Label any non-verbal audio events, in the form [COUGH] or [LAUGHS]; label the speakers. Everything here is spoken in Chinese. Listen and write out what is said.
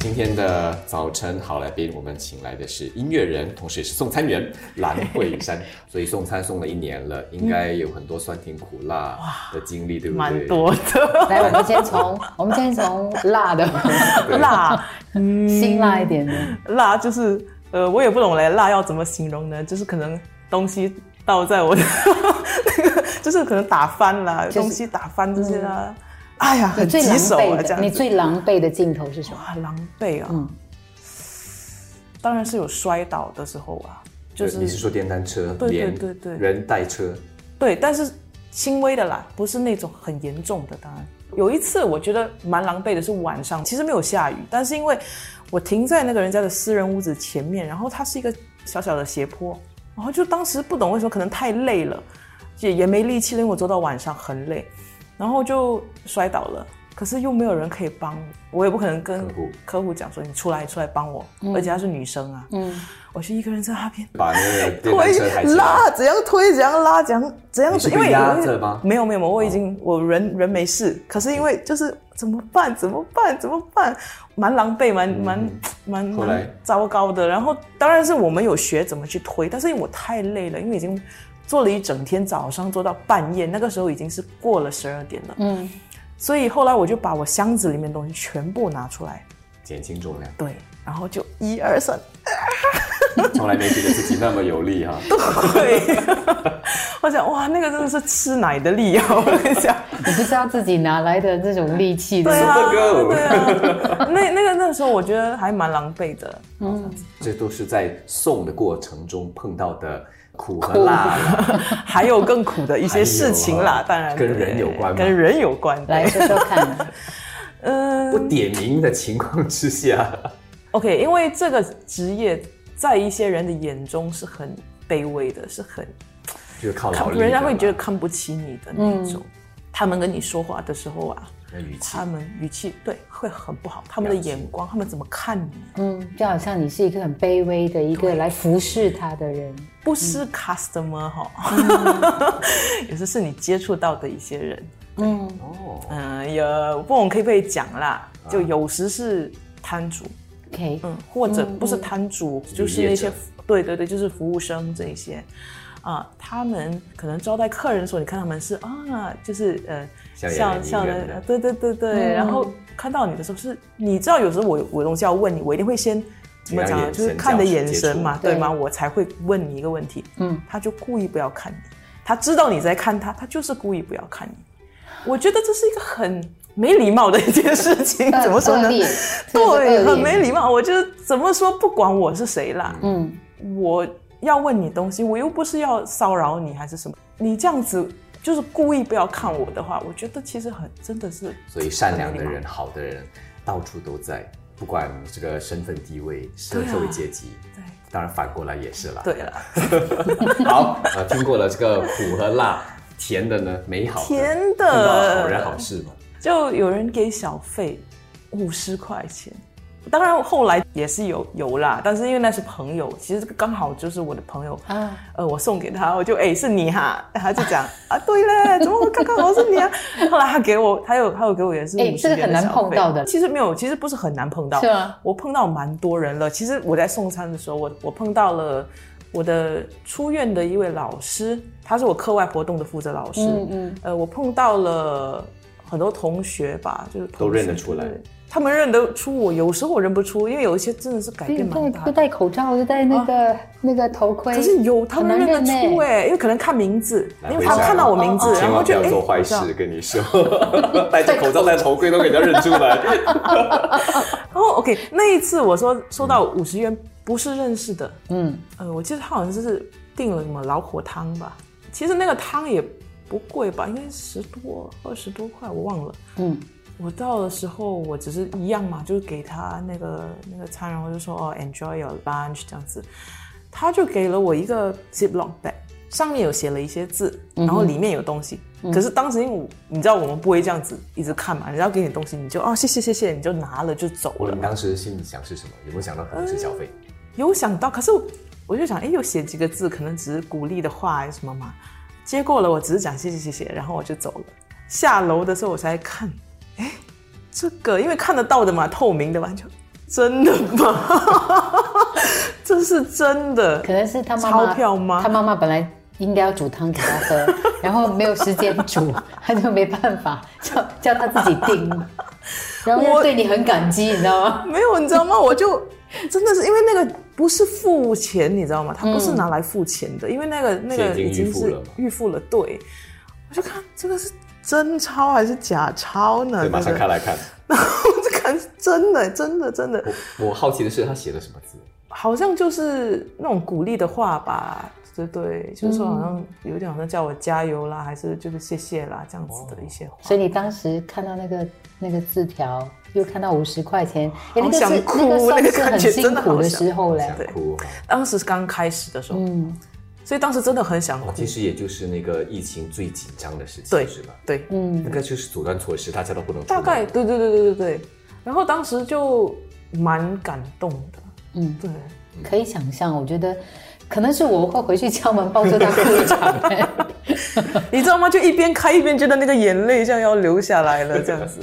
Speaker 1: 今天的早晨好来宾，我们请来的是音乐人，同时也是送餐员蓝慧珊。所以送餐送了一年了，应该有很多酸甜苦辣的经历，对不对？
Speaker 2: 蛮多的，
Speaker 3: [LAUGHS] 来，我们先从我们先从辣的，
Speaker 2: [LAUGHS] 辣，嗯
Speaker 3: 辛辣一点的，
Speaker 2: 辣就是呃，我也不懂嘞，辣要怎么形容呢？就是可能东西倒在我的 [LAUGHS] 那个，就是可能打翻啦，
Speaker 3: 是
Speaker 2: 东西打翻这些啦，哎呀，
Speaker 3: 你
Speaker 2: 很
Speaker 3: 最
Speaker 2: 棘
Speaker 3: 狼
Speaker 2: 手啊，
Speaker 3: 狈
Speaker 2: 这
Speaker 3: 的，你
Speaker 2: 样子。
Speaker 3: 最狼狈的镜头是什么？
Speaker 2: 哇，狼狈啊！
Speaker 3: 嗯
Speaker 2: 当然是有摔倒的时候啊，就
Speaker 1: 就是你是说电单车，
Speaker 2: 对对
Speaker 1: 连
Speaker 2: 对对
Speaker 1: 人带车，
Speaker 2: 对，但是轻微的啦，不是那种很严重的。当然，有一次我觉得蛮狼狈的，是晚上，其实没有下雨，但是因为我停在那个人家的私人屋子前面，然后它是一个小小的斜坡，然后就当时不懂为什么，可能太累了，也也没力气了，因为我走到晚上很累，然后就摔倒了。可是又没有人可以帮我，我也不可能跟
Speaker 1: 客户嗯
Speaker 2: 客户讲说你出来出来帮我，而且她是女生啊，
Speaker 3: 嗯，
Speaker 2: 我就一个人在那边
Speaker 1: 把那个电单车抬
Speaker 2: 推
Speaker 1: 起来。
Speaker 2: 拉，怎样推，怎样拉，怎样怎样
Speaker 1: 你是
Speaker 2: 子，
Speaker 1: 被
Speaker 2: 因为
Speaker 1: 压着吗
Speaker 2: 没有没有，我已经、我人人没事，可是因为就是怎么办，怎么办，怎么办，蛮狼狈，蛮蛮蛮
Speaker 1: 嗯后来
Speaker 2: 蛮糟糕的。然后当然是我们有学怎么去推，但是因为我太累了，因为已经做了一整天，早上做到半夜，那个时候已经是过了十二点了，
Speaker 3: 嗯，
Speaker 2: 所以后来我就把我箱子里面的东西全部拿出来，
Speaker 1: 减轻重量，
Speaker 2: 对，然后就一二三，
Speaker 1: 从来没觉得自己那么有力
Speaker 2: [LAUGHS]
Speaker 1: 哈。 [LAUGHS]
Speaker 2: 对，我想哇，那个真的是吃奶的力啊！ [LAUGHS] 我跟你讲，
Speaker 3: 你不知道自己哪来的这种力气
Speaker 2: 对
Speaker 3: 的，
Speaker 2: 啊，
Speaker 1: Supergirl
Speaker 2: 对啊，那那个那个时候我觉得还蛮狼狈的，
Speaker 1: 这都是在送的过程中碰到的苦和辣啦。
Speaker 2: 还有更苦的一些事情
Speaker 1: 还有
Speaker 2: 啦
Speaker 1: 啊，
Speaker 2: 当然
Speaker 1: 跟
Speaker 2: 对
Speaker 1: 人有关吗
Speaker 2: 跟人有关的。
Speaker 3: 来说说
Speaker 2: [LAUGHS]
Speaker 3: 看，啊
Speaker 2: 嗯
Speaker 1: 不点名的情况之下，
Speaker 2: ，OK，因为这个职业在一些人的眼中是很卑微的，是很
Speaker 1: 就是靠劳
Speaker 2: [LAUGHS] 看
Speaker 1: 力的嘛，
Speaker 2: 人家会觉得看不起你的那种。他们跟你说话的时候啊，
Speaker 1: 那语气
Speaker 2: 他们语气对会很不好，他们的
Speaker 1: 表情
Speaker 2: 眼光，他们怎么看你，
Speaker 3: 嗯，就好像你是一个很卑微的一个来服侍他的人，
Speaker 2: 不是 customer 哈、
Speaker 1: 嗯
Speaker 2: [LAUGHS] 有时是你接触到的一些人，
Speaker 3: 嗯，
Speaker 1: 哦，
Speaker 2: 嗯，有不懂可以不可以讲啦？
Speaker 1: 啊
Speaker 2: 就有时是摊主，
Speaker 3: OK，
Speaker 2: 嗯，或者不是摊主，就
Speaker 1: 嗯
Speaker 2: 是
Speaker 1: 业
Speaker 2: 那
Speaker 1: 者
Speaker 2: 些服对对对，就是服务生这一些，啊、他们可能招待客人的时候，你看他们是啊，就是呃，
Speaker 1: 像
Speaker 2: 像像
Speaker 1: 人
Speaker 2: 人，对对对对，
Speaker 1: 嗯
Speaker 2: 然后看到你的时候是，你知道有时候我有我有东西要问你，我一定会先怎么
Speaker 1: 给他
Speaker 2: 讲啊，
Speaker 1: 眼
Speaker 2: 就是
Speaker 1: 神
Speaker 2: 看你的
Speaker 1: 交
Speaker 2: 眼
Speaker 1: 接
Speaker 2: 神
Speaker 1: 触
Speaker 2: 嘛，对吗？
Speaker 3: 对
Speaker 2: 我才会问你一个问题，
Speaker 3: 嗯，
Speaker 2: 他就故意不要看你，他知道你在看他，他就是故意不要看你。我觉得这是一个很没礼貌的一件事情，
Speaker 3: 恶
Speaker 2: 怎么说呢
Speaker 3: 恶？劣
Speaker 2: [LAUGHS] 对，很没。
Speaker 3: 这个是恶劣
Speaker 2: 礼貌。我就是怎么说，不管我是谁啦，
Speaker 3: 嗯，
Speaker 2: 我要问你东西，我又不是要骚扰你还是什么，你这样子就是故意不要看我的话，我觉得其实很真的是
Speaker 1: 所以善良的人、好的人到处都在，不管这个身份地位、社
Speaker 2: 对啊
Speaker 1: 社会阶级。
Speaker 2: 对
Speaker 1: 当然，反过来也是啦。
Speaker 2: 对了。
Speaker 1: 好，呃，听过了这个苦和辣，甜的呢，美好的
Speaker 2: 甜的
Speaker 1: 碰到好人好事嘛。
Speaker 2: 就有人给小费五十块钱。当然后来也是有有啦，但是因为那是朋友，其实刚好就是我的朋友
Speaker 3: 啊
Speaker 2: 呃，我送给他，我就哎、是你哈，他就讲 [LAUGHS] 啊对嘞，怎么我刚刚好是你啊？ [LAUGHS] 后来他给我，他有他有给我也是五
Speaker 3: 哎这
Speaker 2: 十
Speaker 3: 个
Speaker 2: 元
Speaker 3: 很
Speaker 2: 的
Speaker 3: 难
Speaker 2: 小
Speaker 3: 碰
Speaker 2: 费
Speaker 3: 到的
Speaker 2: 其实没有，其实不是很难碰到，
Speaker 3: 是啊吗
Speaker 2: 我碰到蛮多人了。其实我在送餐的时候，我我碰到了我的出院的一位老师，他是我课外活动的负责老师。
Speaker 3: 嗯嗯
Speaker 2: 呃，我碰到了很多同学吧，就是同学
Speaker 1: 都认得出来
Speaker 2: 对他们认得出我，有时候我认不出，因为有一些真的是改变蛮
Speaker 3: 戴
Speaker 2: 大
Speaker 3: 不
Speaker 2: 的。
Speaker 3: 戴口罩，就戴那个那个头盔。
Speaker 2: 啊可是有他们
Speaker 3: 哎很难
Speaker 2: 认得
Speaker 3: 认哦
Speaker 2: 出
Speaker 3: 欸
Speaker 2: 哎、因为可能看名字，
Speaker 1: 来
Speaker 2: 因为
Speaker 1: 回
Speaker 2: 他
Speaker 1: 想啊
Speaker 2: 看到我名字，然
Speaker 1: 千
Speaker 2: 后
Speaker 1: 万不
Speaker 2: 就
Speaker 1: 要
Speaker 2: 哎，
Speaker 1: 做坏
Speaker 2: 这样
Speaker 1: 事，跟你说， [LAUGHS] 戴着口罩、戴头盔都给人家认出
Speaker 2: [LAUGHS]
Speaker 1: 来。
Speaker 2: 然后 OK，那一次我说收到
Speaker 1: 嗯
Speaker 2: 五十元不是认识的，
Speaker 3: 嗯，
Speaker 2: 呃，我记得他好像是订了什么老火汤吧，其实那个汤也不贵吧，应该十多二十多块，我忘了。
Speaker 3: 嗯，
Speaker 2: 我到的时候我只是一样嘛，就是给他那个那个餐，然后就说哦，enjoy your lunch 这样子，他就给了我一个 ziploc bag，上面有写了一些字，然后里面有东西。可是当时因为我你知道我们不会这样子一直看嘛，人家给你东西你就哦谢谢谢谢，你就拿了就走
Speaker 1: 我
Speaker 2: 了
Speaker 1: 们。当时心里想是什么？有没有想到可能是小费？
Speaker 2: 有想到，可是我我就想，哎，有写几个字，可能只是鼓励的话还是什么嘛。接过了，我只是讲谢谢谢谢，然后我就走了。下楼的时候我才看，哎，这个因为看得到的嘛，透明的嘛，就真的吗？ [LAUGHS] 这是真的。
Speaker 3: 可能是他妈妈
Speaker 2: 钞票吗
Speaker 3: 他妈妈本来应该要煮汤给他
Speaker 2: [LAUGHS]
Speaker 3: 喝，然后没有时间煮，他就没办法叫叫他自己订，
Speaker 2: [LAUGHS]
Speaker 3: 然后
Speaker 2: 我
Speaker 3: 他对你很感激，你知道吗？
Speaker 2: 没有，你知道吗？我就真的是因为那个不是付钱，你知道吗？他不是拿来付钱的，因为那个那个
Speaker 1: 嗯现金
Speaker 2: 已经
Speaker 1: 预付
Speaker 2: 是
Speaker 1: 了嘛
Speaker 2: 预付了。对，我就看这个是真钞还是假钞呢？
Speaker 1: 对，马上
Speaker 2: 这个
Speaker 1: 看来看。
Speaker 2: 然后 [LAUGHS] 我就看是真的，真的，真的，
Speaker 1: 我我好奇的是他写的什么字？
Speaker 2: 好像就是那种鼓励的话吧，对对，就是说好像有点好像叫我加油啦，还是就是谢谢啦这样子的一些话。
Speaker 3: 所以你当时看到那个那个字条，又看到五十块钱，哎
Speaker 2: 好
Speaker 3: 那个
Speaker 2: 想
Speaker 3: 是
Speaker 2: 哭
Speaker 3: 那个
Speaker 2: 那
Speaker 3: 算
Speaker 2: 个
Speaker 3: 是
Speaker 2: 感
Speaker 3: 很
Speaker 2: 觉
Speaker 3: 辛
Speaker 2: 真的
Speaker 3: 苦
Speaker 2: 好
Speaker 3: 的
Speaker 2: 想
Speaker 3: 时候嘞
Speaker 1: 想。哭哈。
Speaker 2: 当时刚开始的时候，
Speaker 3: 嗯，
Speaker 2: 所以当时真的很想哭
Speaker 1: 哦，，其实也就是那个疫情最紧张的事情，
Speaker 2: 对
Speaker 1: 是吧？
Speaker 2: 对，
Speaker 3: 嗯
Speaker 1: 那个就是阻断措施，大家都不能出
Speaker 2: 嗯大
Speaker 1: 门
Speaker 2: 概对对对对对对，然后当时就蛮感动的，
Speaker 3: 嗯，
Speaker 2: 对，
Speaker 3: 可以想象，我觉得可能是我会回去敲门抱住他哭一场。哎
Speaker 2: 你知道吗？就一边开一边觉得那个眼泪这样要流下来了，这样子，